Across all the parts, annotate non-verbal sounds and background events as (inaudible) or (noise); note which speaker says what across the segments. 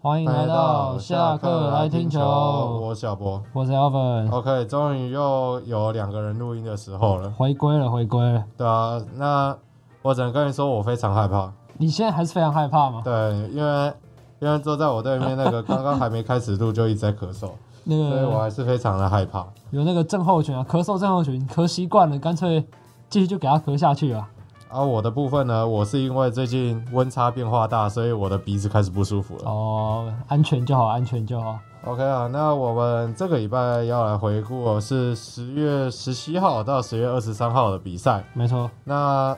Speaker 1: 欢迎来到下课来听球，
Speaker 2: 我小博。
Speaker 1: 我是 Alvin，
Speaker 2: OK，终于又有两个人录音的时候了。
Speaker 1: 回归了，回归了。
Speaker 2: 对啊，那我只能跟你说，我非常害怕。
Speaker 1: 你现在还是非常害怕吗？
Speaker 2: 对，因为因为坐在我对面那个刚刚还没开始录就一直在
Speaker 1: (laughs)
Speaker 2: 咳嗽，
Speaker 1: 那
Speaker 2: 所以我
Speaker 1: 个
Speaker 2: 还是非常的害怕。
Speaker 1: 有那个症候群啊，咳嗽症候群，咳习惯了，干脆继续就给它咳下去啊。
Speaker 2: 而、我的部分呢，我是因为最近温差变化大，所以我的鼻子开始不舒服了。
Speaker 1: 哦，安全就好，安全就好。
Speaker 2: OK 啊，那我们这个礼拜要来回顾哦是十月十七号到十月二十三号的比赛。
Speaker 1: 没错，
Speaker 2: 那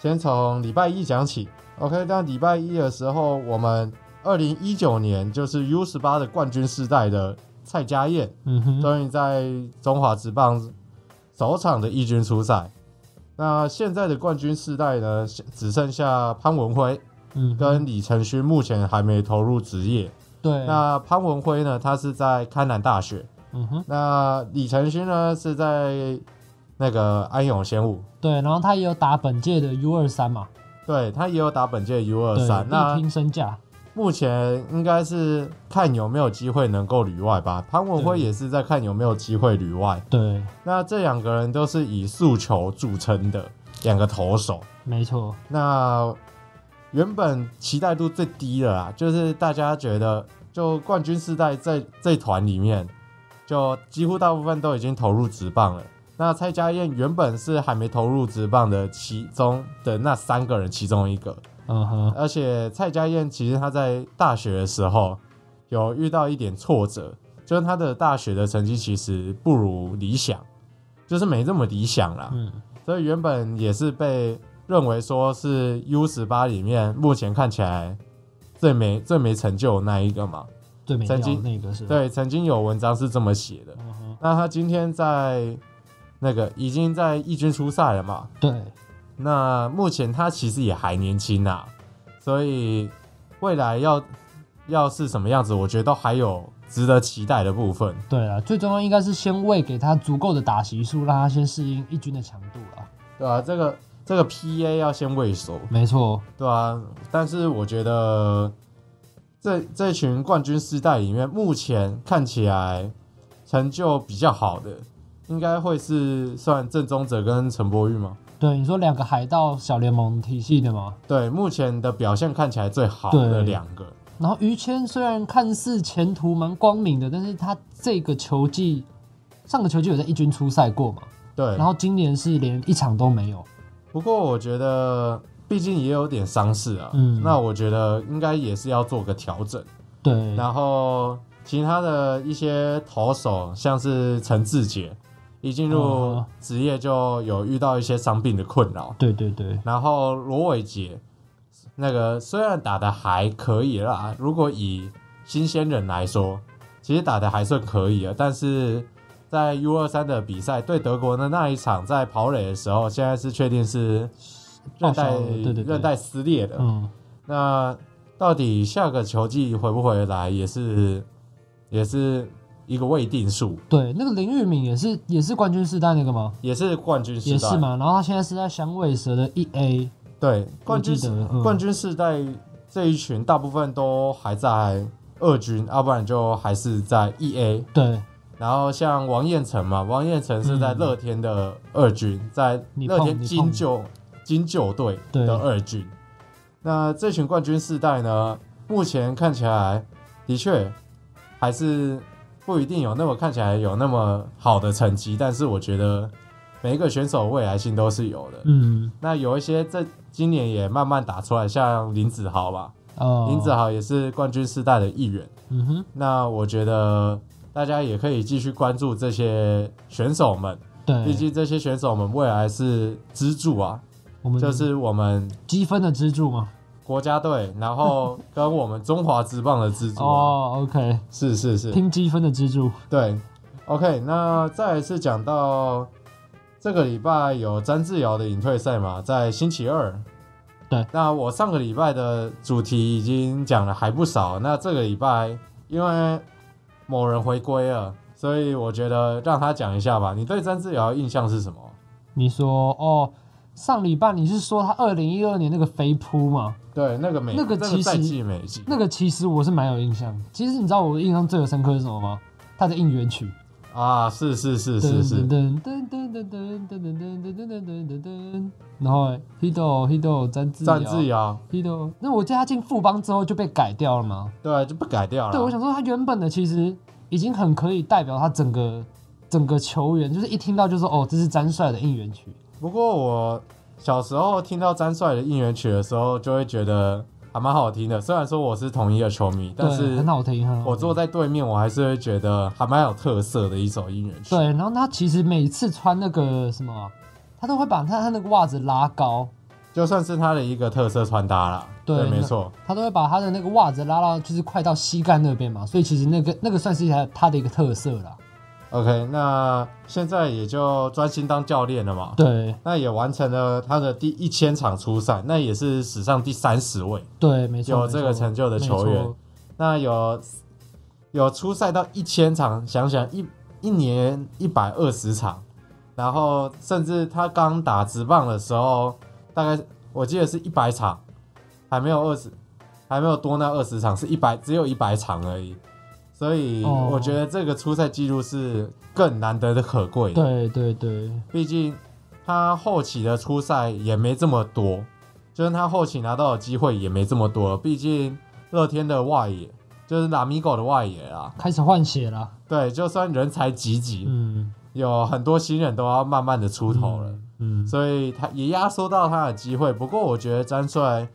Speaker 2: 先从礼拜一讲起。OK，那礼拜一的时候，我们二零一九年就是 U 十八的冠军世代的蔡家燕，
Speaker 1: 嗯哼，
Speaker 2: 终于在中华职棒首场的一军出赛。那现在的冠军世代呢，只剩下潘文辉
Speaker 1: 嗯哼，
Speaker 2: 跟李承勋，目前还没投入职业。
Speaker 1: 对，
Speaker 2: 那潘文辉呢，他是在开南大学；
Speaker 1: 嗯哼，
Speaker 2: 那李承勋呢，是在那个安永仙武。
Speaker 1: 对，然后他也有打本届的 U 二三嘛，
Speaker 2: 对他也有打本届 U 二
Speaker 1: 对，
Speaker 2: 三，
Speaker 1: 力
Speaker 2: 那
Speaker 1: 拼身价，
Speaker 2: 目前应该是看有没有机会能够旅外吧。潘文辉
Speaker 1: 对
Speaker 2: 也是在看有没有机会旅外。
Speaker 1: 对，
Speaker 2: 那这两个人都是以速球著称的两个投手。
Speaker 1: 没错，
Speaker 2: 那原本期待度最低的啦，就是大家觉得就冠军世代这这团里面，就几乎大部分都已经投入职棒了。那蔡家燕原本是还没投入职棒的其中的那三个人其中一个，
Speaker 1: 嗯哼，
Speaker 2: 而且蔡家燕其实她在大学的时候有遇到一点挫折，就是她的大学的成绩其实不如理想，就是没这么理想啦。
Speaker 1: 嗯，
Speaker 2: 所以原本也是被认为说是 U 十八里面目前看起来最没最没成就的那一个嘛。
Speaker 1: 最美妙
Speaker 2: 曾
Speaker 1: 的
Speaker 2: 经
Speaker 1: 那个是吧，啊
Speaker 2: 对，曾经有文章是这么写的。
Speaker 1: 嗯哼，
Speaker 2: 那他今天在那个已经在一军出赛了嘛？
Speaker 1: 对，
Speaker 2: 那目前他其实也还年轻啊，所以未来要要是什么样子，我觉得都还有值得期待的部分。
Speaker 1: 对啊，最重要应该是先喂给他足够的打席数，让他先适应一军的强度啦。
Speaker 2: 对啊，这个这个 PA 要先喂熟，
Speaker 1: 没错，
Speaker 2: 对啊，但是我觉得这这群冠军世代里面，目前看起来成就比较好的，应该会是算郑宗哲跟陈柏宇吗？
Speaker 1: 对你说两个海盗小联盟体系的嘛，
Speaker 2: 对，目前的表现看起来最好的
Speaker 1: 对
Speaker 2: 两个，
Speaker 1: 然后于谦虽然看似前途蛮光明的，但是他这个球季上个球季有在一军出赛过嘛，
Speaker 2: 对
Speaker 1: 然。后今年是连一场都没有，
Speaker 2: 不过我觉得，毕竟也有点伤势啊，
Speaker 1: 嗯
Speaker 2: 那我觉得应该也是要做个调整。
Speaker 1: 对，
Speaker 2: 然后其他的一些投手，像是陈志杰，一进入
Speaker 1: 嗯
Speaker 2: 职业就有遇到一些伤病的困扰。
Speaker 1: 对对对，
Speaker 2: 然后罗伟杰，那个虽然打的还可以啦，如果以新鲜人来说，其实打的还算可以啊，但是在 U 二三的比赛对德国的那一场，在跑垒的时候，现在是确定是哦韧带
Speaker 1: 报销了对对对
Speaker 2: 韧带撕裂的。
Speaker 1: 嗯，
Speaker 2: 那到底下个球季回不回来，也是也是一个未定数，
Speaker 1: 对，那个林玉敏也是也是冠军世代那个吗？
Speaker 2: 也是冠军时代，
Speaker 1: 也是嘛，然后他现在是在响尾蛇的一 A，
Speaker 2: 对，冠军
Speaker 1: 记
Speaker 2: 世
Speaker 1: 得嗯
Speaker 2: 冠军世代这一群大部分都还在二军，要、不然就还是在 E A。
Speaker 1: 对，
Speaker 2: 然后像王彦辰嘛，王彦辰是在
Speaker 1: 嗯
Speaker 2: 乐天的二军，在
Speaker 1: 你
Speaker 2: 乐
Speaker 1: 碰
Speaker 2: 天
Speaker 1: 你
Speaker 2: 金
Speaker 1: 碰
Speaker 2: 九金九队
Speaker 1: 对
Speaker 2: 的二军。那这群冠军世代呢，目前看起来的确还是不一定有那么看起来有那么好的成绩，但是我觉得每一个选手未来性都是有的。
Speaker 1: 嗯，
Speaker 2: 那有一些这今年也慢慢打出来，像林子豪吧，
Speaker 1: 哦，
Speaker 2: 林子豪也是冠军世代的一员。
Speaker 1: 嗯哼，
Speaker 2: 那我觉得大家也可以继续关注这些选手们，
Speaker 1: 对，
Speaker 2: 毕竟这些选手们未来是支柱啊，
Speaker 1: 我们
Speaker 2: 就是我们
Speaker 1: 积分的支柱嘛。
Speaker 2: 国家队，然后跟我们中华职棒的支柱、啊。
Speaker 1: 哦，OK，
Speaker 2: 是是是，
Speaker 1: 拼积分的支柱。
Speaker 2: 对，OK，那再一次讲到这个礼拜有詹志尧的引退赛嘛，在星期二。
Speaker 1: 对，
Speaker 2: 那我上个礼拜的主题已经讲了还不少，那这个礼拜因为某人回归了，所以我觉得让他讲一下吧。你对詹志尧的印象是什么？
Speaker 1: 你说哦，上礼拜你是说他二零一二年那个飞扑嘛？
Speaker 2: 对，那个美
Speaker 1: 那个
Speaker 2: 这
Speaker 1: 其实
Speaker 2: 赛季美季，
Speaker 1: 那个其实我是蛮有印象。其实你知道我印象最有深刻是什么吗？他的应援曲，
Speaker 2: 啊，是是是是是
Speaker 1: 噔，噔噔噔噔噔噔噔噔噔噔噔噔噔，然后 Hido Hido 詹志
Speaker 2: 战志尧，
Speaker 1: Hido，那我记得他进富邦之后就被改掉了嘛。
Speaker 2: 对，就不改掉了。
Speaker 1: 对，我想说他原本的其实已经很可以代表他整个整个球员，就是一听到就说哦，这是詹帅的应援曲。
Speaker 2: 不过我小时候听到詹帅的应援曲的时候，就会觉得还蛮好听的。虽然说我是同一个球迷，但
Speaker 1: 对
Speaker 2: 是
Speaker 1: 很好听，很好听
Speaker 2: 我坐在对面，我还是会觉得还蛮有特色的一首应援曲。
Speaker 1: 对，然后他其实每次穿那个什么，他都会把他他那个袜子拉高，
Speaker 2: 就算是他的一个特色穿搭啦。
Speaker 1: 对
Speaker 2: 没
Speaker 1: 那
Speaker 2: 错，
Speaker 1: 他都会把他的那个袜子拉到就是快到膝盖那边嘛，所以其实那个那个算是他他的一个特色啦。
Speaker 2: OK，那现在也就专心当教练了嘛。
Speaker 1: 对
Speaker 2: 那也完成了他的第一千场出赛，那也是史上第三十位
Speaker 1: 对，没错，
Speaker 2: 有
Speaker 1: 没错
Speaker 2: 这个成就的球，
Speaker 1: 没
Speaker 2: 员
Speaker 1: 错。
Speaker 2: 那有有出赛到一千场，想想一一年一百二十场，然后甚至他刚打直棒的时候，大概我记得是一百场，还没有二十，还没有多那二十场，是一百只有一百场而已。所以
Speaker 1: 哦
Speaker 2: 我觉得这个出赛记录是更难得的可贵的。
Speaker 1: 对对对
Speaker 2: 毕竟他后期的出赛也没这么多，就是他后期拿到的机会也没这么多。毕竟乐天的外野就是拉米狗的外野啊，
Speaker 1: 开始换血啦，
Speaker 2: 对，就算人才济济，
Speaker 1: 嗯，
Speaker 2: 有很多新人都要慢慢的出头了，
Speaker 1: 嗯，嗯，
Speaker 2: 所以他也压缩到他的机会。不过我觉得詹帅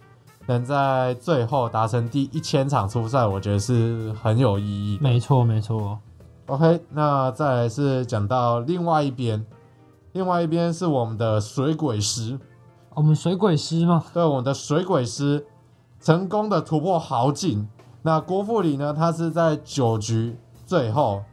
Speaker 2: 能在最后达成第一千场出赛，我觉得是很有意义的。
Speaker 1: 没错哦没错，
Speaker 2: OK，那再来是讲到另外一边，另外一边是我们的水鬼师。
Speaker 1: 我们水鬼师嘛，
Speaker 2: 对我们的水鬼师成功的突破豪进。那郭富里呢，他是在九局最后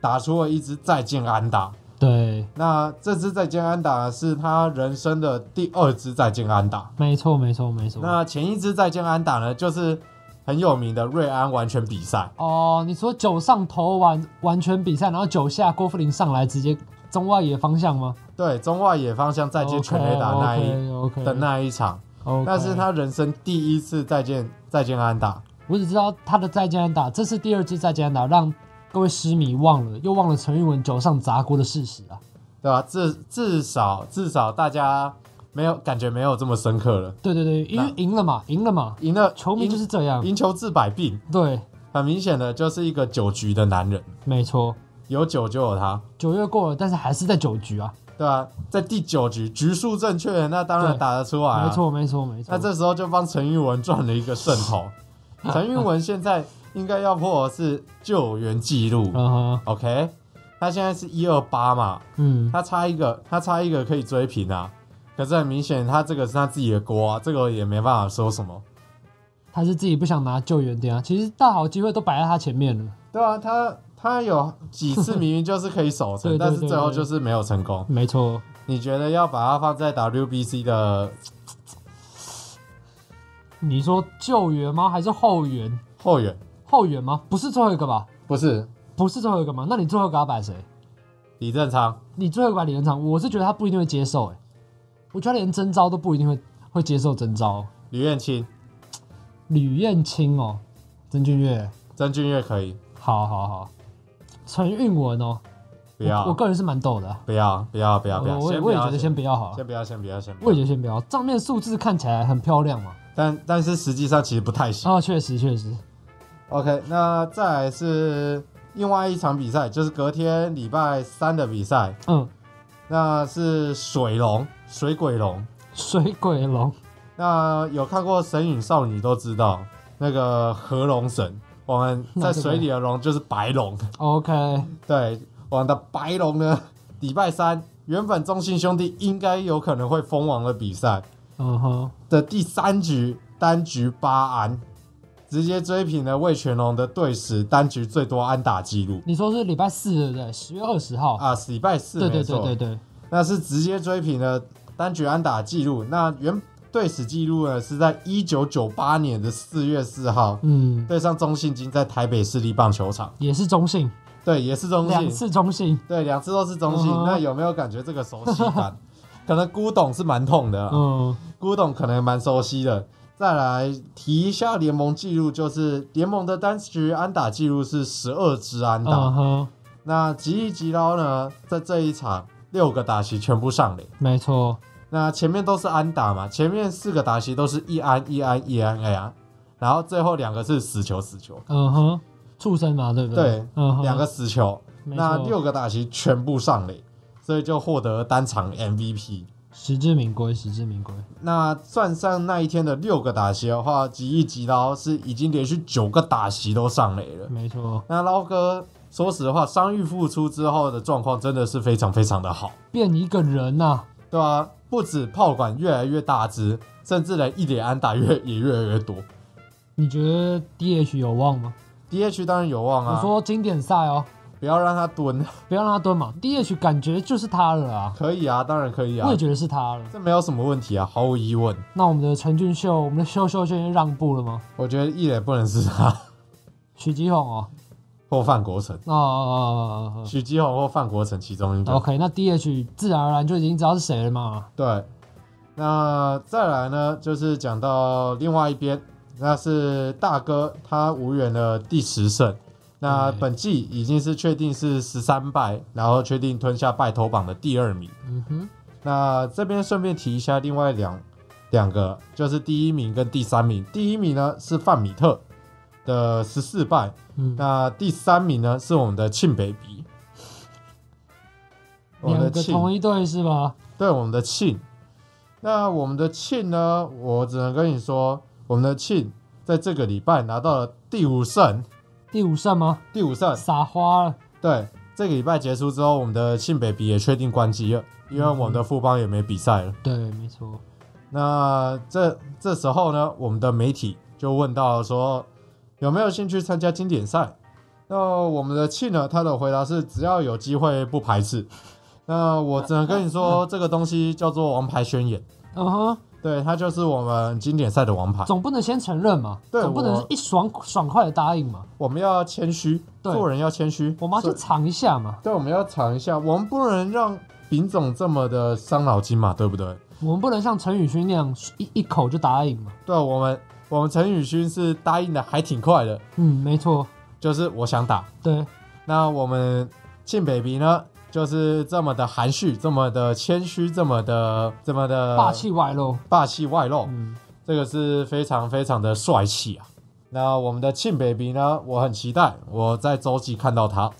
Speaker 2: 打出了一支再见安打。
Speaker 1: 对，
Speaker 2: 那这支再见安打是他人生的第二支再见安打。
Speaker 1: 没错没错没错。
Speaker 2: 那前一支再见安打呢，就是很有名的瑞安完全比赛。
Speaker 1: 哦，你说九上投完完全比赛，然后九下郭富林上来直接中外野方向吗？
Speaker 2: 对，中外野方向再见全垒打那一
Speaker 1: o k
Speaker 2: 的那一场，
Speaker 1: o k
Speaker 2: 那是他人生第一次再见再见安打。
Speaker 1: 我只知道他的再见安打，这是第二支再见安打，让各位诗迷忘了，又忘了陈玉文九上砸锅的事实啊！
Speaker 2: 对吧、至至少至少大家没有感觉没有这么深刻了，
Speaker 1: 对对对，因为
Speaker 2: 那
Speaker 1: 赢了嘛，赢了嘛，
Speaker 2: 赢了
Speaker 1: 球迷就是这样
Speaker 2: 赢，赢球治百病，
Speaker 1: 对，
Speaker 2: 很明显的就是一个酒局的男人，
Speaker 1: 没错，
Speaker 2: 有酒就有他，
Speaker 1: 九月过了，但是还是在九局啊，
Speaker 2: 对吧、在第九局局数正确，那当然
Speaker 1: 对
Speaker 2: 打得出来、啊，
Speaker 1: 没。错没错没错，
Speaker 2: 那这时候就帮陈玉文赚了一个胜
Speaker 1: (laughs)
Speaker 2: 头，陈玉文现在应该要破的是救援记录、
Speaker 1: 嗯哼
Speaker 2: o k 他现在是一二八嘛，
Speaker 1: 嗯，
Speaker 2: 他差一个，他差一个可以追平啊。可是很明显，他这个是他自己的锅啊，这个也没办法说什么。
Speaker 1: 他是自己不想拿救援点啊，其实大好机会都摆在他前面了，
Speaker 2: 对啊，他他有几次明明就是可以守
Speaker 1: 对 (laughs) 对
Speaker 2: 成，但是
Speaker 1: 对
Speaker 2: 最后
Speaker 1: 对
Speaker 2: 就是没有成功。
Speaker 1: 没错，
Speaker 2: 你觉得要把它放在 WBC 的
Speaker 1: 你说救援吗？还是后援？
Speaker 2: 后援？
Speaker 1: 后援吗？不是最后一个吧？
Speaker 2: 不是
Speaker 1: 不是最后一个吗？那你最后一个要摆谁？
Speaker 2: 李正昌，
Speaker 1: 你最后一个摆李仁昌，我是觉得他不一定会接受、欸，我觉得他连征召都不一定会会接受征召。
Speaker 2: 吕彦青、
Speaker 1: 吕燕青哦，曾俊岳，
Speaker 2: 曾俊岳可以，
Speaker 1: 好好好，陈韵文哦，
Speaker 2: 不要
Speaker 1: 我，我个人是蛮抖的啊，
Speaker 2: 不要，不要，不要，不要，
Speaker 1: 我我也
Speaker 2: 不
Speaker 1: 我也
Speaker 2: 要
Speaker 1: 觉得先不要好了，
Speaker 2: 先不要，先不要，先不
Speaker 1: 我也
Speaker 2: 要。
Speaker 1: 觉得先不要，账面数字看起来很漂亮嘛，
Speaker 2: 但但是实际上其实不太行。
Speaker 1: 啊，确实确实，
Speaker 2: OK，那再来是另外一场比赛，就是隔天礼拜三的比赛，
Speaker 1: 嗯，
Speaker 2: 那是水龙、水鬼龙。
Speaker 1: 水鬼龙，
Speaker 2: 那有看过《神隐少女》都知道，那个合龙神，我
Speaker 1: (laughs)
Speaker 2: 们在水里的龙就是白龙。 (laughs)
Speaker 1: ，OK，
Speaker 2: 对，我们的白龙呢，礼拜三原本中信兄弟应该有可能会封王的比赛
Speaker 1: 嗯哼，
Speaker 2: 的第三局单局八安，直接追平了魏全龙的队史单局最多安打记录
Speaker 1: 你说是礼拜四对不对？十月二十号，
Speaker 2: 啊，礼拜四
Speaker 1: 对
Speaker 2: 没
Speaker 1: 对
Speaker 2: 错
Speaker 1: 对，对对，
Speaker 2: 那是直接追平了单局安打记录。那原队史记录呢是在一九九八年的四月四号，
Speaker 1: 嗯，
Speaker 2: 对上中信金在台北市立棒球场，
Speaker 1: 也是中性，
Speaker 2: 对，也是中
Speaker 1: 两
Speaker 2: 信，
Speaker 1: 次中性，
Speaker 2: 对，两次都是中信。
Speaker 1: 嗯哼
Speaker 2: 那有没有感觉这
Speaker 1: (laughs)
Speaker 2: 个熟悉感？可能古董是蛮痛的啊，
Speaker 1: 嗯，
Speaker 2: 古董可能蛮熟悉的。再来提一下联盟记录，就是联盟的单局安打记录是十二支安打。
Speaker 1: 嗯哼，
Speaker 2: 那吉利吉捞呢，在这一场六个打席全部上垒，
Speaker 1: 没错，
Speaker 2: 那前面都是安打嘛，前面四个打席都是一安一安一安哎呀，然后最后两个是死球死球，
Speaker 1: 嗯哼，畜生嘛，对不对？
Speaker 2: 对
Speaker 1: 嗯哼，
Speaker 2: 两个死球，
Speaker 1: 没
Speaker 2: 那
Speaker 1: 错
Speaker 2: 六个打席全部上垒，所以就获得单场 MVP。
Speaker 1: 实至名归，实至名归。
Speaker 2: 那算上那一天的六个打席的话，吉一吉捞是已经连续九个打席都上垒了。
Speaker 1: 没错，
Speaker 2: 那捞哥说实话，伤愈复出之后的状况真的是非常非常的好，
Speaker 1: 变一个人呐、
Speaker 2: 对啊，不止炮管越来越大只，甚至连一垒安打越也越来越多。
Speaker 1: 你觉得 DH 有望吗？
Speaker 2: DH 当然有望
Speaker 1: 我
Speaker 2: 啊，
Speaker 1: 说经典赛哦，
Speaker 2: 不要让他蹲， (laughs)
Speaker 1: 不要让他蹲嘛，DH 感觉就是他了啊，
Speaker 2: 可以啊，当然可以啊
Speaker 1: 我也，觉得是他了。
Speaker 2: 这没有什么问题啊，毫无疑问。
Speaker 1: 那我们的陈俊秀，我们的秀秀秀让步了吗？
Speaker 2: 我觉得一垒不能是他 (laughs)
Speaker 1: 许基宏哦，
Speaker 2: 或范国成，
Speaker 1: 哦哦哦哦哦
Speaker 2: 许基宏或范国成其中一
Speaker 1: 哦
Speaker 2: 个。
Speaker 1: ，OK，那 DH 自然而然就已经知道是谁了嘛。
Speaker 2: 对，那再来呢，就是讲到另外一边，那是大哥他无缘的第十胜，那
Speaker 1: 对
Speaker 2: 本季已经是确定是十三败，然后确定吞下败头榜的第二名。
Speaker 1: 嗯哼，
Speaker 2: 那这边顺便提一下另外两两个，就是第一名跟第三名。第一名呢是范米特的十四败，
Speaker 1: 嗯，
Speaker 2: 那第三名呢是我们的庆北比，我们
Speaker 1: 两
Speaker 2: 的
Speaker 1: 个
Speaker 2: 庆。
Speaker 1: 同一队是吧？
Speaker 2: 对我们的庆。那我们的庆呢？我只能跟你说，我们的庆在这个礼拜拿到了第五胜，
Speaker 1: 第五胜吗？
Speaker 2: 第五胜。
Speaker 1: 撒花了，
Speaker 2: 对，这个礼拜结束之后，我们的庆北比也确定关机了，因为我们的富邦也没比赛了。
Speaker 1: 对，没错，
Speaker 2: 那这这时候呢，我们的媒体就问到说，有没有兴趣参加经典赛？那我们的庆呢，他的回答是只要有机会不排斥。那我只能跟你说，这个东西叫做王牌宣言。
Speaker 1: 嗯哼，
Speaker 2: 对，他就是我们经典赛的王牌。
Speaker 1: 总不能先承认嘛，
Speaker 2: 啊对
Speaker 1: 总不能
Speaker 2: 我
Speaker 1: 是一爽爽快的答应嘛，
Speaker 2: 我们要谦虚，
Speaker 1: 对
Speaker 2: 做人要谦虚。
Speaker 1: 我们要
Speaker 2: 所
Speaker 1: 去
Speaker 2: 以
Speaker 1: 尝一下嘛，
Speaker 2: 对，我们要尝一下，我们不能让丙总这么的伤脑筋嘛，对不对？
Speaker 1: 我们不能像陈宇勋那样一一口就答应嘛，
Speaker 2: 对，我们我们陈宇勋是答应的还挺快的，
Speaker 1: 嗯，没错，
Speaker 2: 就是我想打。
Speaker 1: 对，
Speaker 2: 那我们庆 baby 呢，就是这么的含蓄，这么的谦虚，这么的这么的
Speaker 1: 霸气外露，
Speaker 2: 霸气外露，
Speaker 1: 嗯，
Speaker 2: 这个是非常非常的帅气啊。那我们的庆 baby 呢，我很期待我在周记看到他。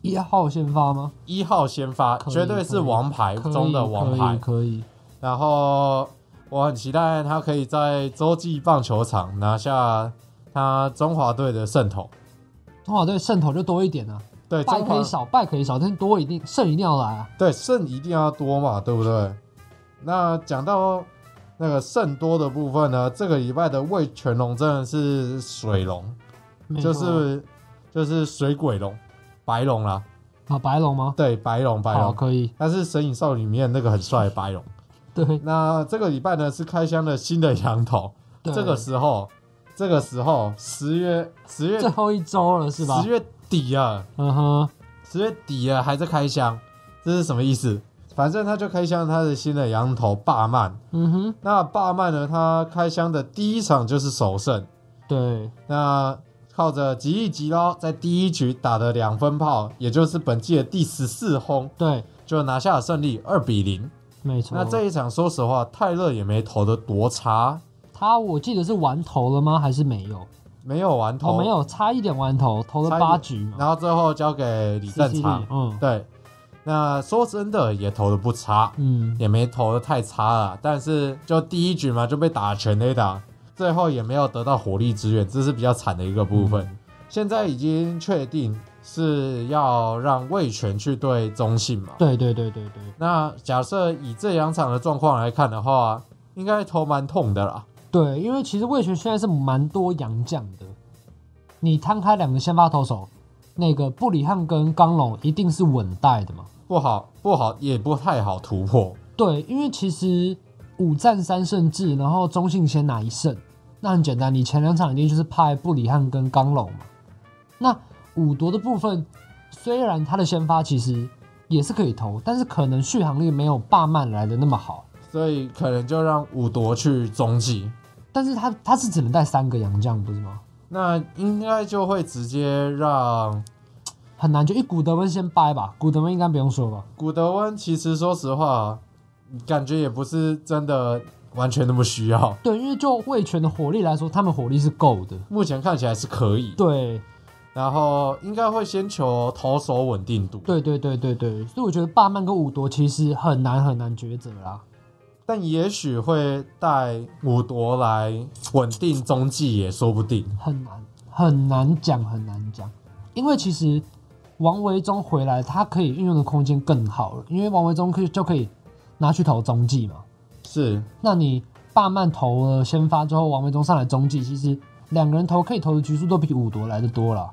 Speaker 1: 一号先发吗？
Speaker 2: 一号先发，
Speaker 1: 可以
Speaker 2: 绝对是王牌
Speaker 1: 可以
Speaker 2: 中的王牌。
Speaker 1: 可以，可以
Speaker 2: 然后我很期待他可以在洲际棒球场拿下他中华队的胜投。
Speaker 1: 中华队胜投就多一点啊，
Speaker 2: 对，
Speaker 1: 败
Speaker 2: 哎中
Speaker 1: 可
Speaker 2: 华
Speaker 1: 以少，败可以少，但是多一定胜一定要来啊，
Speaker 2: 对胜一定要多嘛，对不对？那讲到那个胜多的部分呢，这个礼拜的魏全龙真的是水龙，
Speaker 1: 没
Speaker 2: 就
Speaker 1: 错啊
Speaker 2: 是就是水鬼龙，白龙啦，
Speaker 1: 啊白龙吗？
Speaker 2: 对，白龙白
Speaker 1: 好，
Speaker 2: 龙，
Speaker 1: 可以，
Speaker 2: 他是《神隐少女》里面那个很帅的白龙。
Speaker 1: 对，
Speaker 2: 那这个礼拜呢是开箱了新的羊头，
Speaker 1: 对
Speaker 2: 这个时候，这个时候十月十月
Speaker 1: 最后一周了是吧
Speaker 2: 十？月底啊，
Speaker 1: 嗯哼，
Speaker 2: 十月底啊还在开箱，这是什么意思？反正他就开箱他的新的羊头霸曼。
Speaker 1: 嗯哼，
Speaker 2: 那霸曼呢，他开箱的第一场就是首胜，
Speaker 1: 对，
Speaker 2: 那靠着吉一吉捞在第一局打的两分炮，也就是本季的第十四轰，
Speaker 1: 对，
Speaker 2: 就拿下了胜利二比零。
Speaker 1: 没错。
Speaker 2: 那这一场说实话，泰勒也没投的多差，
Speaker 1: 他我记得是完投了吗？还是没有？
Speaker 2: 没有完投，
Speaker 1: 哦，没有，差一点完投，投了
Speaker 2: 差一
Speaker 1: 八
Speaker 2: 点
Speaker 1: 局嘛。
Speaker 2: 然后最后交给李正
Speaker 1: CCD
Speaker 2: 昌。
Speaker 1: 嗯
Speaker 2: 对，那说真的也投的不差，
Speaker 1: 嗯，
Speaker 2: 也没投的太差了，但是就第一局嘛就被打全垒打，最后也没有得到火力支援，这是比较惨的一个部
Speaker 1: 嗯
Speaker 2: 分。现在已经确定是要让魏权去对中信嘛？
Speaker 1: 对对对对对
Speaker 2: 那假设以这两场的状况来看的话，应该头蛮痛的啦。
Speaker 1: 对，因为其实魏权现在是蛮多洋将的，你摊开两个先发投手，那个布里汉跟刚龙一定是稳带的嘛。
Speaker 2: 不好，不好，也不太好突破。
Speaker 1: 对，因为其实五战三胜制，然后中信先拿一胜，那很简单，你前两场一定就是派布里汉跟刚龙嘛。那五夺的部分，虽然他的先发其实也是可以投，但是可能续航力没有霸曼来的那么好。
Speaker 2: 所以可能就让五夺去中继，
Speaker 1: 但是他他是只能带三个洋将，不是吗？
Speaker 2: 那应该就会直接让
Speaker 1: 很难就一古德温先掰吧，古德温应该不用说吧？
Speaker 2: 古德温。其实说实话，感觉也不是真的完全那么需要。
Speaker 1: 对，因为就卫权的火力来说，他们火力是够的。
Speaker 2: 目前看起来是可以，
Speaker 1: 对，
Speaker 2: 然后应该会先求投手稳定度，
Speaker 1: 对对对对对，所以我觉得霸曼跟五夺其实很难很难抉择啦。
Speaker 2: 但也许会带五夺来稳定中继也说不定。
Speaker 1: 很难很难讲，很难讲，因为其实王维忠回来，他可以运用的空间更好了，因为王维忠可以就可以拿去投中继嘛。
Speaker 2: 是，
Speaker 1: 那你霸曼投了先发之后，王维忠上来中继，其实两个人投可以投的局数都比五夺来的多了。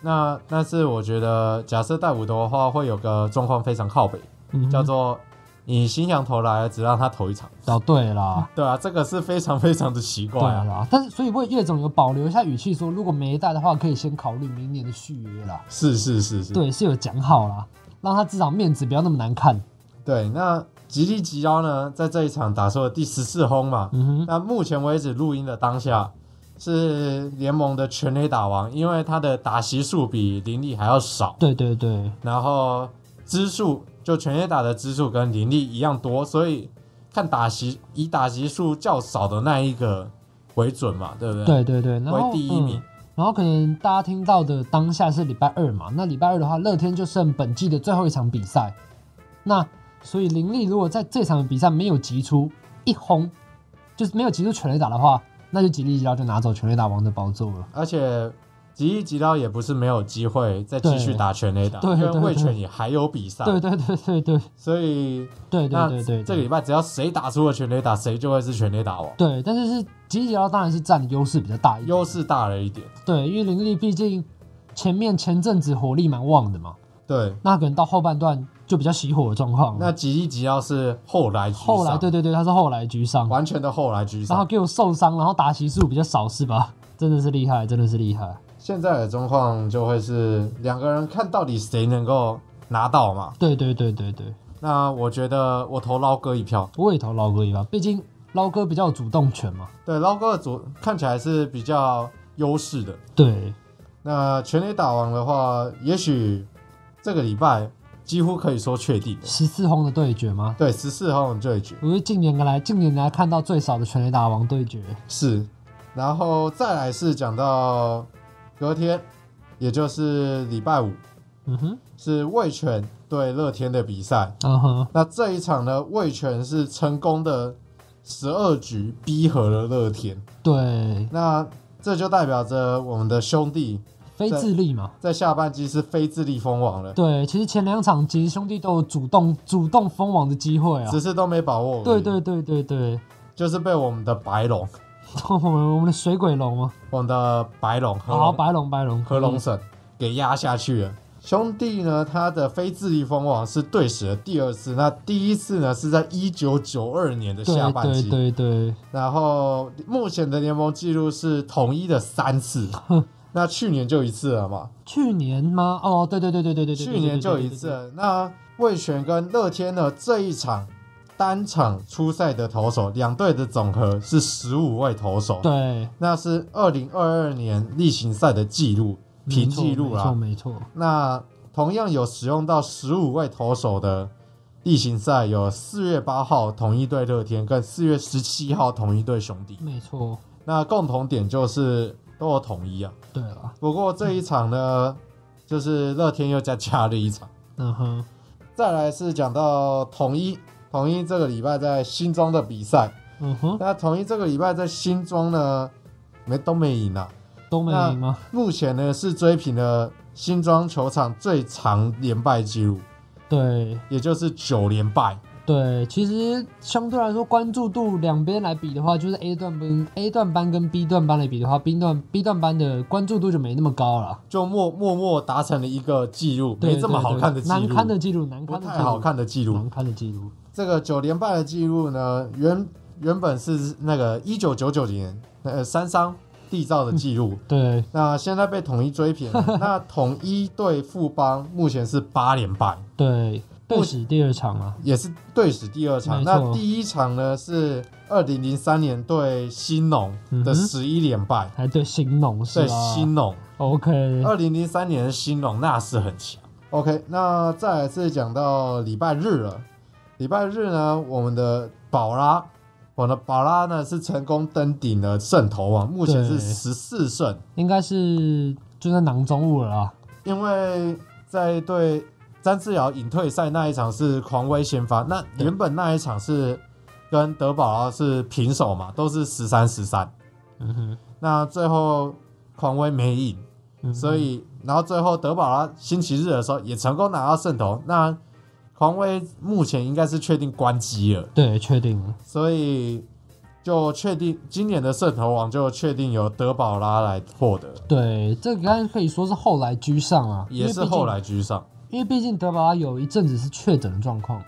Speaker 2: 那但是我觉得，假设带五夺的话，会有个状况非常靠北，
Speaker 1: 嗯哼，
Speaker 2: 叫做你新羊投来了，只让他投一场。
Speaker 1: 哦，对啦，
Speaker 2: 对啊，这个是非常非常的奇
Speaker 1: 对
Speaker 2: 怪啊。
Speaker 1: 啦，但是所以魏叶总有保留一下语气说，如果没带的话，可以先考虑明年的续约啦。
Speaker 2: 是是是是，
Speaker 1: 对，是有讲好啦，让他至少面子不要那么难看。
Speaker 2: 对那吉利吉妖呢，在这一场打出了第十四轰嘛。
Speaker 1: 嗯哼，
Speaker 2: 那目前为止录音的当下，是联盟的全垒打王，因为他的打席数比林立还要少，
Speaker 1: 对对对，
Speaker 2: 然后支数就全垒打的支数跟林立一样多，所以看打席以打席数较少的那一个为准嘛，对不对？，
Speaker 1: 对对对，然后
Speaker 2: 为第一名。
Speaker 1: 嗯然后可能大家听到的当下是礼拜二嘛，那礼拜二的话，乐天就剩本季的最后一场比赛。那所以林立如果在这场比赛没有击出一轰，就是没有击出全垒打的话，那就吉利吉拉就拿走全垒打王的宝座了。
Speaker 2: 而且吉一吉到也不是没有机会再继续
Speaker 1: 对
Speaker 2: 打全垒打，
Speaker 1: 对
Speaker 2: 因为
Speaker 1: 对
Speaker 2: 卫
Speaker 1: 对
Speaker 2: 权也还有比赛，
Speaker 1: 对对对对对
Speaker 2: 所以
Speaker 1: 对对
Speaker 2: 那
Speaker 1: 对对，
Speaker 2: 这个礼拜只要谁打出了全垒打，谁就会是全垒打王，
Speaker 1: 对，但是是吉利吉拉当然是占的优势比较大一点，
Speaker 2: 优势大了一点。
Speaker 1: 对，因为林立毕竟前面前阵子火力蛮旺的嘛，
Speaker 2: 对，
Speaker 1: 那可能到后半段就比较熄火的状况了。
Speaker 2: 那吉一吉到是啊后来居上，
Speaker 1: 后来，对对对，他是后来居上，
Speaker 2: 完全的后来居
Speaker 1: 然后
Speaker 2: 上。
Speaker 1: 给我受伤，然后打席数比较少是吧？真的是厉害，真的是厉害。
Speaker 2: 现在的状况就会是两个人看到底谁能够拿到嘛。
Speaker 1: 对对对对对，
Speaker 2: 那我觉得我投捞哥一票，
Speaker 1: 我也投捞哥一把，毕竟捞哥比较有主动权嘛。
Speaker 2: 对捞哥的主看起来是比较优势的。
Speaker 1: 对
Speaker 2: 那全垒打王的话，也许这个礼拜几乎可以说确定了。
Speaker 1: 十四轰的对决吗？
Speaker 2: 对，十四号对决
Speaker 1: 我是近年来近年来看到最少的全垒打王对决。
Speaker 2: 是，然后再来是讲到隔天，也就是礼拜五，
Speaker 1: 嗯哼，
Speaker 2: 是味全对乐天的比赛。
Speaker 1: 嗯哼，
Speaker 2: 那这一场呢，味全是成功的十二局逼和了乐天，
Speaker 1: 对，
Speaker 2: 那这就代表着我们的兄弟
Speaker 1: 非自立嘛。
Speaker 2: 在下半季是非自立封王了，
Speaker 1: 对，其实前两场其实兄弟都有主动主动封王的机会啊。
Speaker 2: 只是都没把握。
Speaker 1: 对对，对对对， (laughs)
Speaker 2: 就是被我们的白龙，
Speaker 1: 我们我们的水鬼龙吗？
Speaker 2: 我们的白龙和
Speaker 1: 好，
Speaker 2: 龙
Speaker 1: 白龙白龙，
Speaker 2: 和龙神给压下去了。兄弟呢，他的非自立封王是队史的第二次，那第一次呢是在一九九二年的
Speaker 1: 对
Speaker 2: 下半
Speaker 1: 对
Speaker 2: 季，
Speaker 1: 对对，
Speaker 2: 然后目前的联盟记录是统一的三
Speaker 1: (laughs)
Speaker 2: 次，那去年就一次了嘛，
Speaker 1: 去年吗？哦，对对对对对对对，
Speaker 2: 去年就一次了。那魏权跟乐天呢这一场单场出赛的投手，两队的总和是十五位投手，
Speaker 1: 对。
Speaker 2: 那是二零二二年例行赛的记录，
Speaker 1: 对，
Speaker 2: 平记录啊啦。
Speaker 1: 没错没错，
Speaker 2: 那同样有使用到十五位投手的例行赛，有四月八号同一队乐天跟四月十七号同一队兄弟。
Speaker 1: 没错，
Speaker 2: 那共同点就是都有统一啊。
Speaker 1: 对了，
Speaker 2: 不过这一场呢，就是乐天又再加了一场。
Speaker 1: 嗯哼，
Speaker 2: 再来是讲到统一，统一这个礼拜在新庄的比赛，
Speaker 1: 嗯哼，
Speaker 2: 那统一这个礼拜在新庄呢，没都没赢啊。
Speaker 1: 都没赢吗？
Speaker 2: 目前呢是追平了新庄球场最长连败记录，
Speaker 1: 对
Speaker 2: 也就是九连败。
Speaker 1: 对，其实相对来说关注度两边来比的话，就是 A 段跟 A 段班跟 B 段班来比的话，B 段 B 段班的关注度就没那么高了，
Speaker 2: 就默默默达成了一个记录，
Speaker 1: 对
Speaker 2: 没这么
Speaker 1: 对
Speaker 2: 好
Speaker 1: 对
Speaker 2: 看的记
Speaker 1: 难
Speaker 2: 录，
Speaker 1: 堪的记录，难
Speaker 2: 不
Speaker 1: 堪的
Speaker 2: 太
Speaker 1: 记录
Speaker 2: 好，看的记录。
Speaker 1: 难堪的记录，
Speaker 2: 这个九连败的记录呢，原原本是那个一九九九年呃三商缔造的记
Speaker 1: (laughs)
Speaker 2: 录，
Speaker 1: 对
Speaker 2: 那现在
Speaker 1: (laughs)
Speaker 2: 被统一追平了。那统一对富邦目前是八连败，
Speaker 1: 对。对史第二场啊，
Speaker 2: 也是队史第二场。
Speaker 1: 没
Speaker 2: 那
Speaker 1: 错
Speaker 2: 第一场呢是二零零三年对新农的
Speaker 1: 嗯哼
Speaker 2: 十一连败，
Speaker 1: 还对新农是啊
Speaker 2: 对
Speaker 1: 吧？
Speaker 2: 新农，
Speaker 1: OK，
Speaker 2: 二零零三年的新农那是很强。OK，那再来是讲到礼拜日了，礼拜日呢，我们的宝拉，我的宝拉呢是成功登顶了胜投王，目前是
Speaker 1: 对
Speaker 2: 十四胜，
Speaker 1: 应该是就在囊中物了啊。
Speaker 2: 因为在对詹志尧引退赛那一场是狂威先发，那
Speaker 1: 对
Speaker 2: 原本那一场是跟德保拉啊是平手嘛，都是十三十三，
Speaker 1: 嗯哼
Speaker 2: 那最后狂威没赢，
Speaker 1: 嗯哼，
Speaker 2: 所以然后最后德保拉星期日的时候也成功拿到胜投，那狂威目前应该是确定关机了，
Speaker 1: 对，确定了。
Speaker 2: 所以。就确定今年的胜投王就确定由德保拉来获得，
Speaker 1: 对，这个刚才可以说是后来居上啊，因
Speaker 2: 也
Speaker 1: 为
Speaker 2: 是
Speaker 1: 毕竟
Speaker 2: 后，来居上。
Speaker 1: 因为毕竟德保拉有一阵子是确诊的状况，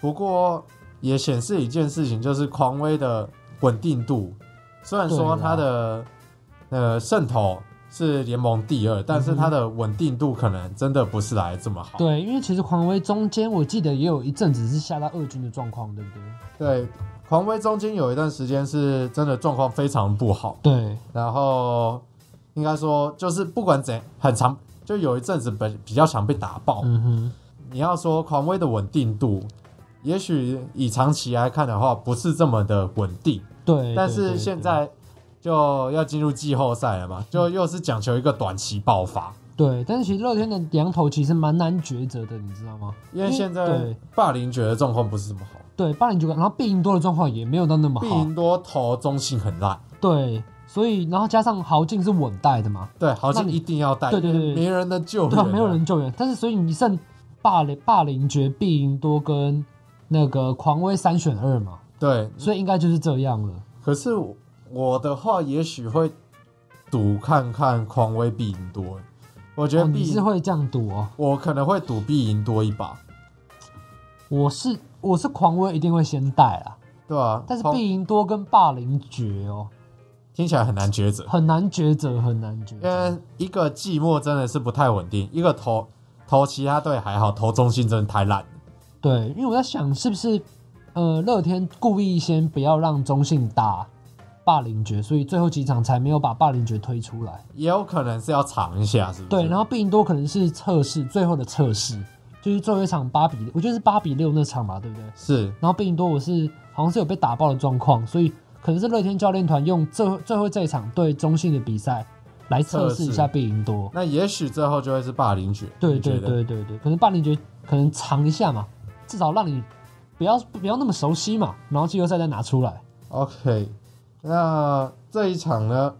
Speaker 2: 不过也显示一件事情，就是狂威的稳定度。虽然说
Speaker 1: 对啦啊
Speaker 2: 它的呃渗透是联盟第二，但是它的稳定度可能真的不是来这么好。
Speaker 1: 对，因为其实狂威中间我记得也有一阵子是下到二军的状况，对不对？
Speaker 2: 对，狂威中间有一段时间是真的状况非常不好，
Speaker 1: 对，
Speaker 2: 然后应该说就是不管怎很长，就有一阵子本比较常被打爆。
Speaker 1: 嗯哼，
Speaker 2: 你要说狂威的稳定度，也许以长期来看的话，不是这么的稳定。
Speaker 1: 对。
Speaker 2: 但
Speaker 1: 对
Speaker 2: 是
Speaker 1: 对嗯
Speaker 2: 现
Speaker 1: 对
Speaker 2: 在就要进入季后赛了嘛，就又是讲求一个短期爆发，
Speaker 1: 对，但是其实乐天的羊头其实蛮难抉择的，你知道吗？
Speaker 2: 因为现在
Speaker 1: 嗯对
Speaker 2: 霸凌觉得状况不是这么好，
Speaker 1: 对，八零九，然后变赢多的状况也没有到那么
Speaker 2: 毕
Speaker 1: 好，
Speaker 2: 赢多投中性很烂，
Speaker 1: 对，所以然后加上豪进是稳带的嘛，
Speaker 2: 对，好像
Speaker 1: 那你
Speaker 2: 一定要带，
Speaker 1: 对对对对
Speaker 2: 没人能救
Speaker 1: 对啊，
Speaker 2: 援，
Speaker 1: 没有人救援，但是所以你剩霸凌霸凌爵、必赢多跟那个狂威三选二嘛，
Speaker 2: 对，
Speaker 1: 所以应该就是这样了。
Speaker 2: 可是我我的话也许会赌看看狂威必赢多，欸我觉
Speaker 1: 哦、
Speaker 2: 得
Speaker 1: 你
Speaker 2: 必
Speaker 1: 是会这样赌哦？
Speaker 2: 我可能会赌必赢多一把，
Speaker 1: 我是我是狂威一定会先带啦，
Speaker 2: 对吧、啊？
Speaker 1: 但是
Speaker 2: 狂
Speaker 1: 必赢多跟霸凌爵哦
Speaker 2: 听起来很难抉择。
Speaker 1: 很难抉择，很难抉
Speaker 2: 因
Speaker 1: 择。
Speaker 2: 为一个季末真的是不太稳定，一个投投其他队还好，投中心真的太烂了。
Speaker 1: 对，因为我在想是不是呃乐天故意先不要让中信打霸凌爵，所以最后几场才没有把霸凌爵推出来。
Speaker 2: 也有可能是要尝一下，是不是？
Speaker 1: 对，然后必赢多可能是测试最后的测试，就是最后一场八比，我觉得是八比六那场嘛，对不对？
Speaker 2: 是
Speaker 1: 然后贝林多我是好像是有被打爆的状况，所以可能是乐天教练团用最最后这一场对中信的比赛来测试一下贝林多。
Speaker 2: 那也许最后就会是霸凌局。
Speaker 1: 对
Speaker 2: 你觉
Speaker 1: 对
Speaker 2: 得，
Speaker 1: 对对对，可能霸凌觉得可能尝一下嘛，至少让你不要不要那么熟悉嘛，然后季后赛再拿出来。
Speaker 2: OK，那这一场呢，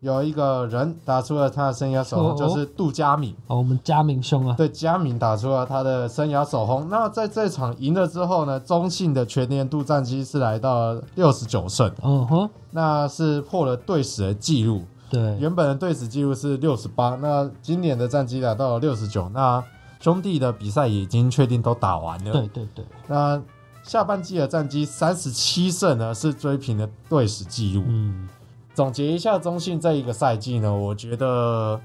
Speaker 2: 有一个人打出了他的生涯首轰，
Speaker 1: 哦
Speaker 2: 就是杜佳敏。
Speaker 1: 哦，我们嘉明兄啊，
Speaker 2: 对，佳敏打出了他的生涯首轰。那在这场赢了之后呢，中信的全年度战绩是来到六十九胜，
Speaker 1: 嗯哼，
Speaker 2: 那是破了队史的纪录。
Speaker 1: 对，
Speaker 2: 原本的队史记录是六十八，那今年的战绩达到了六十九。那兄弟的比赛也已经确定都打完了。
Speaker 1: 对对对，
Speaker 2: 那下半季的战绩三十七胜呢，是追平了队史记录。
Speaker 1: 嗯，
Speaker 2: 总结一下中信这一个赛季呢，我觉得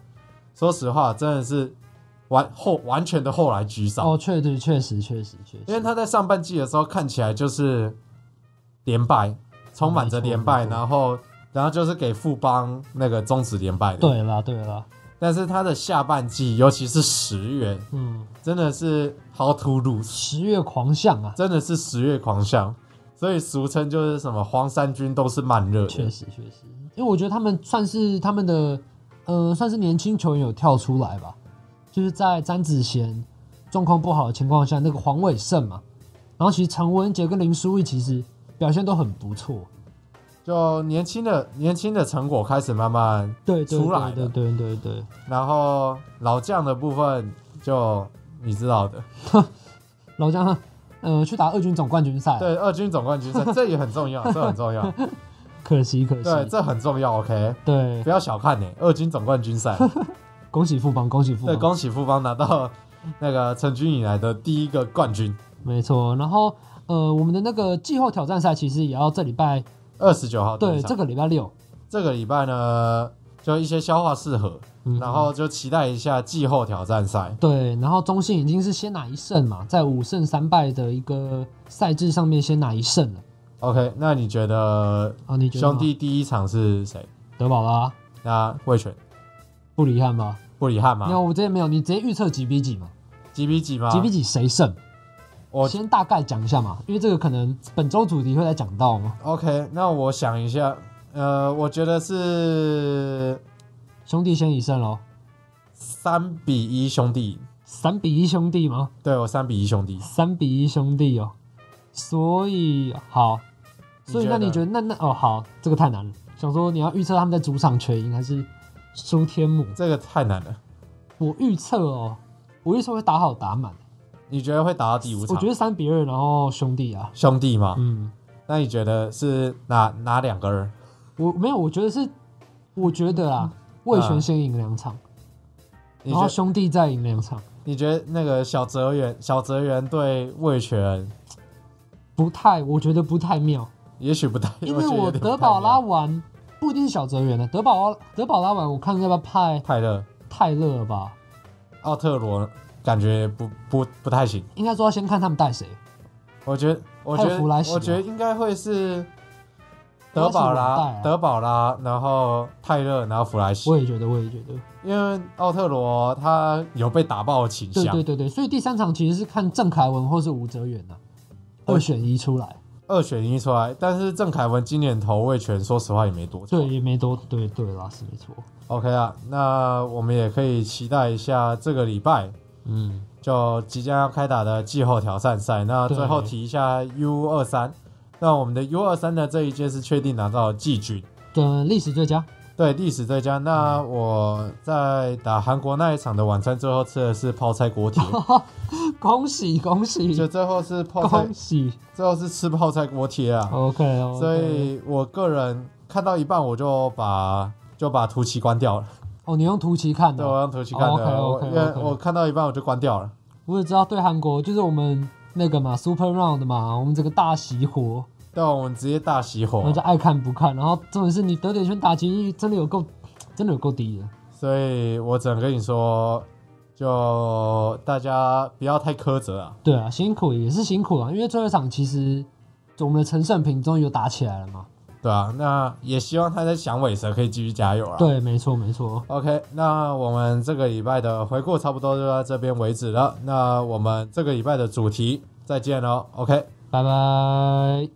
Speaker 2: 说实话真的是完后完全的后来居上，
Speaker 1: 哦，确实确实确实确实，
Speaker 2: 因为他在上半季的时候看起来就是连败，充满着连败，
Speaker 1: 没错没错
Speaker 2: 然后然后就是给富邦那个终止连败的。
Speaker 1: 对啦对啦，
Speaker 2: 但是他的下半季，尤其是十月，
Speaker 1: 嗯，
Speaker 2: 真的是 how to lose，
Speaker 1: 十月狂象啊，
Speaker 2: 真的是十月狂象，所以俗称就是什么黄衫军都是慢热
Speaker 1: 确
Speaker 2: 的。
Speaker 1: 实确实，因为我觉得他们算是他们的，呃，算是年轻球员有跳出来吧，就是在詹子贤状况不好的情况下，那个黄伟胜嘛，然后其实陈文杰跟林书义其实表现都很不错，
Speaker 2: 就年轻的年轻的成果开始慢慢，
Speaker 1: 对对
Speaker 2: 出来
Speaker 1: 对
Speaker 2: 了
Speaker 1: 对对对对，
Speaker 2: 然后老将的部分就你知道的，
Speaker 1: 老将呃去打二军总冠军赛，啊
Speaker 2: 对二军总冠军赛这也很
Speaker 1: (laughs)
Speaker 2: 重要，这很重要，
Speaker 1: 可惜可
Speaker 2: 对，
Speaker 1: 惜，
Speaker 2: 这很重要。OK，
Speaker 1: 对
Speaker 2: 不，要小看呢、欸二军总冠
Speaker 1: (laughs)
Speaker 2: 军赛，
Speaker 1: 恭喜富邦，恭喜富
Speaker 2: 对，
Speaker 1: 邦，
Speaker 2: 恭喜富邦拿到那个成军以来的第一个冠军，
Speaker 1: 没错，然后呃我们的那个季后挑战赛其实也要这礼拜，
Speaker 2: 二十九号登
Speaker 1: 对，
Speaker 2: 场
Speaker 1: 这个礼拜六，
Speaker 2: 这个礼拜呢，就一些消化适合，
Speaker 1: 嗯
Speaker 2: 然后就期待一下季后挑战赛。
Speaker 1: 对，然后中信已经是先拿一胜嘛，在五胜三败的一个赛制上面先拿一胜了。
Speaker 2: OK，那你觉得
Speaker 1: 啊，你觉得呢
Speaker 2: 兄弟第一场是谁？
Speaker 1: 德保拉
Speaker 2: 那魏权
Speaker 1: 不遗憾吧？
Speaker 2: 布里汉
Speaker 1: 没
Speaker 2: 吗？
Speaker 1: 有，我之前没有，你直接预测几比几嘛？
Speaker 2: 几比几吗？
Speaker 1: 几比几谁胜？
Speaker 2: 啊我
Speaker 1: 先大概讲一下嘛，因为这个可能本周主题会再讲到嘛。
Speaker 2: OK，那我想一下，呃，我觉得是
Speaker 1: 兄弟先一胜喽，
Speaker 2: 三比一兄弟，
Speaker 1: 三比一兄弟吗？
Speaker 2: 对我三比一兄弟，
Speaker 1: 三比一兄弟哦，所以好，所以那你
Speaker 2: 你
Speaker 1: 觉
Speaker 2: 觉
Speaker 1: 得
Speaker 2: 得
Speaker 1: 那那哦好，这个太难了。想说你要预测他们在主场全赢还是输天母？
Speaker 2: 这个太难了。
Speaker 1: 我预测哦，我预测会打好打满，
Speaker 2: 你觉得会打到第五
Speaker 1: 我
Speaker 2: 场
Speaker 1: 觉？得三比二，然后兄弟啊，
Speaker 2: 兄弟吗？
Speaker 1: 嗯，
Speaker 2: 那你觉得是哪哪两个人？
Speaker 1: 我没有，我觉得是，我觉得啊，魏权先赢两场，
Speaker 2: 你
Speaker 1: 然
Speaker 2: 觉
Speaker 1: 后兄弟再赢两场，
Speaker 2: 你觉得那个小泽远小泽远对魏权，
Speaker 1: 不太，我觉得不太妙，
Speaker 2: 也许不太，
Speaker 1: 因为
Speaker 2: 觉得有
Speaker 1: 我
Speaker 2: 点
Speaker 1: 德
Speaker 2: 不太
Speaker 1: 保
Speaker 2: 一样
Speaker 1: 拉完不一定是小泽源的，德保拉德保拉完，我看要不要派
Speaker 2: 泰勒
Speaker 1: 泰勒吧，
Speaker 2: 奥特罗感觉不不不太行，
Speaker 1: 应该说要先看他们带谁，
Speaker 2: 我觉得我觉
Speaker 1: 还有
Speaker 2: 得
Speaker 1: 弗莱喜吗
Speaker 2: 我觉得应该会是德保
Speaker 1: 弗莱喜我带
Speaker 2: 拉
Speaker 1: 啊
Speaker 2: 德保拉，然后泰勒，然后弗莱西，
Speaker 1: 我也觉得，我也觉得，
Speaker 2: 因为奥特罗他有被打爆的倾
Speaker 1: 对对
Speaker 2: 向，
Speaker 1: 对对，所以第三场其实是看郑凯文或是吴哲源呐、
Speaker 2: 我
Speaker 1: 二选一出来，
Speaker 2: 二选一出来，但是郑凯文今年投卫权，说实话也没多久。
Speaker 1: 对，也没多，对对啦，是没错，
Speaker 2: OK 啊，那我们也可以期待一下这个礼拜
Speaker 1: 嗯。
Speaker 2: 就即将要开打的季后挑战赛。那
Speaker 1: 对
Speaker 2: 最后提一下 U 二三，那我们的 U 二三的这一届是确定拿到季军，
Speaker 1: 的历史最佳， (laughs)
Speaker 2: 对历史最佳。那
Speaker 1: 嗯
Speaker 2: 我在打韩国那一场的晚餐，最后吃的是泡
Speaker 1: (laughs)
Speaker 2: 菜锅贴，
Speaker 1: 哦恭喜恭喜
Speaker 2: 就最后是泡菜
Speaker 1: 恭，喜
Speaker 2: 最后是吃泡菜锅贴啊。
Speaker 1: ，OK 哦，
Speaker 2: 所以我个人看到一半我就把就把图奇关掉了，
Speaker 1: 哦，你用图奇看
Speaker 2: 对啊
Speaker 1: 的
Speaker 2: 我
Speaker 1: 哦，
Speaker 2: 让图奇看的，
Speaker 1: 哦
Speaker 2: 我
Speaker 1: ，OK，OK，OK
Speaker 2: 因为我看到一半我就关掉了。
Speaker 1: 我也知道对韩国就是我们那个嘛 Super Round 嘛，我们这个大熄火，
Speaker 2: 对，我们直接大熄
Speaker 1: 然后
Speaker 2: 火
Speaker 1: 哦就，爱看不看，然后重点是你得点圈打击率真的有够，真的有够低的，
Speaker 2: 所以我只能跟你说，就大家不要太苛责啊。
Speaker 1: 对啊，辛苦也是辛苦啊，因为最后一场其实我们的陈胜平终于有打起来了嘛，
Speaker 2: 对啊，那也希望他在响尾蛇可以继续加油啊。
Speaker 1: 对，没错没错，
Speaker 2: OK，那我们这个礼拜的回顾差不多就到这边为止了。那我们这个礼拜的主题再见喽。OK，
Speaker 1: 拜拜。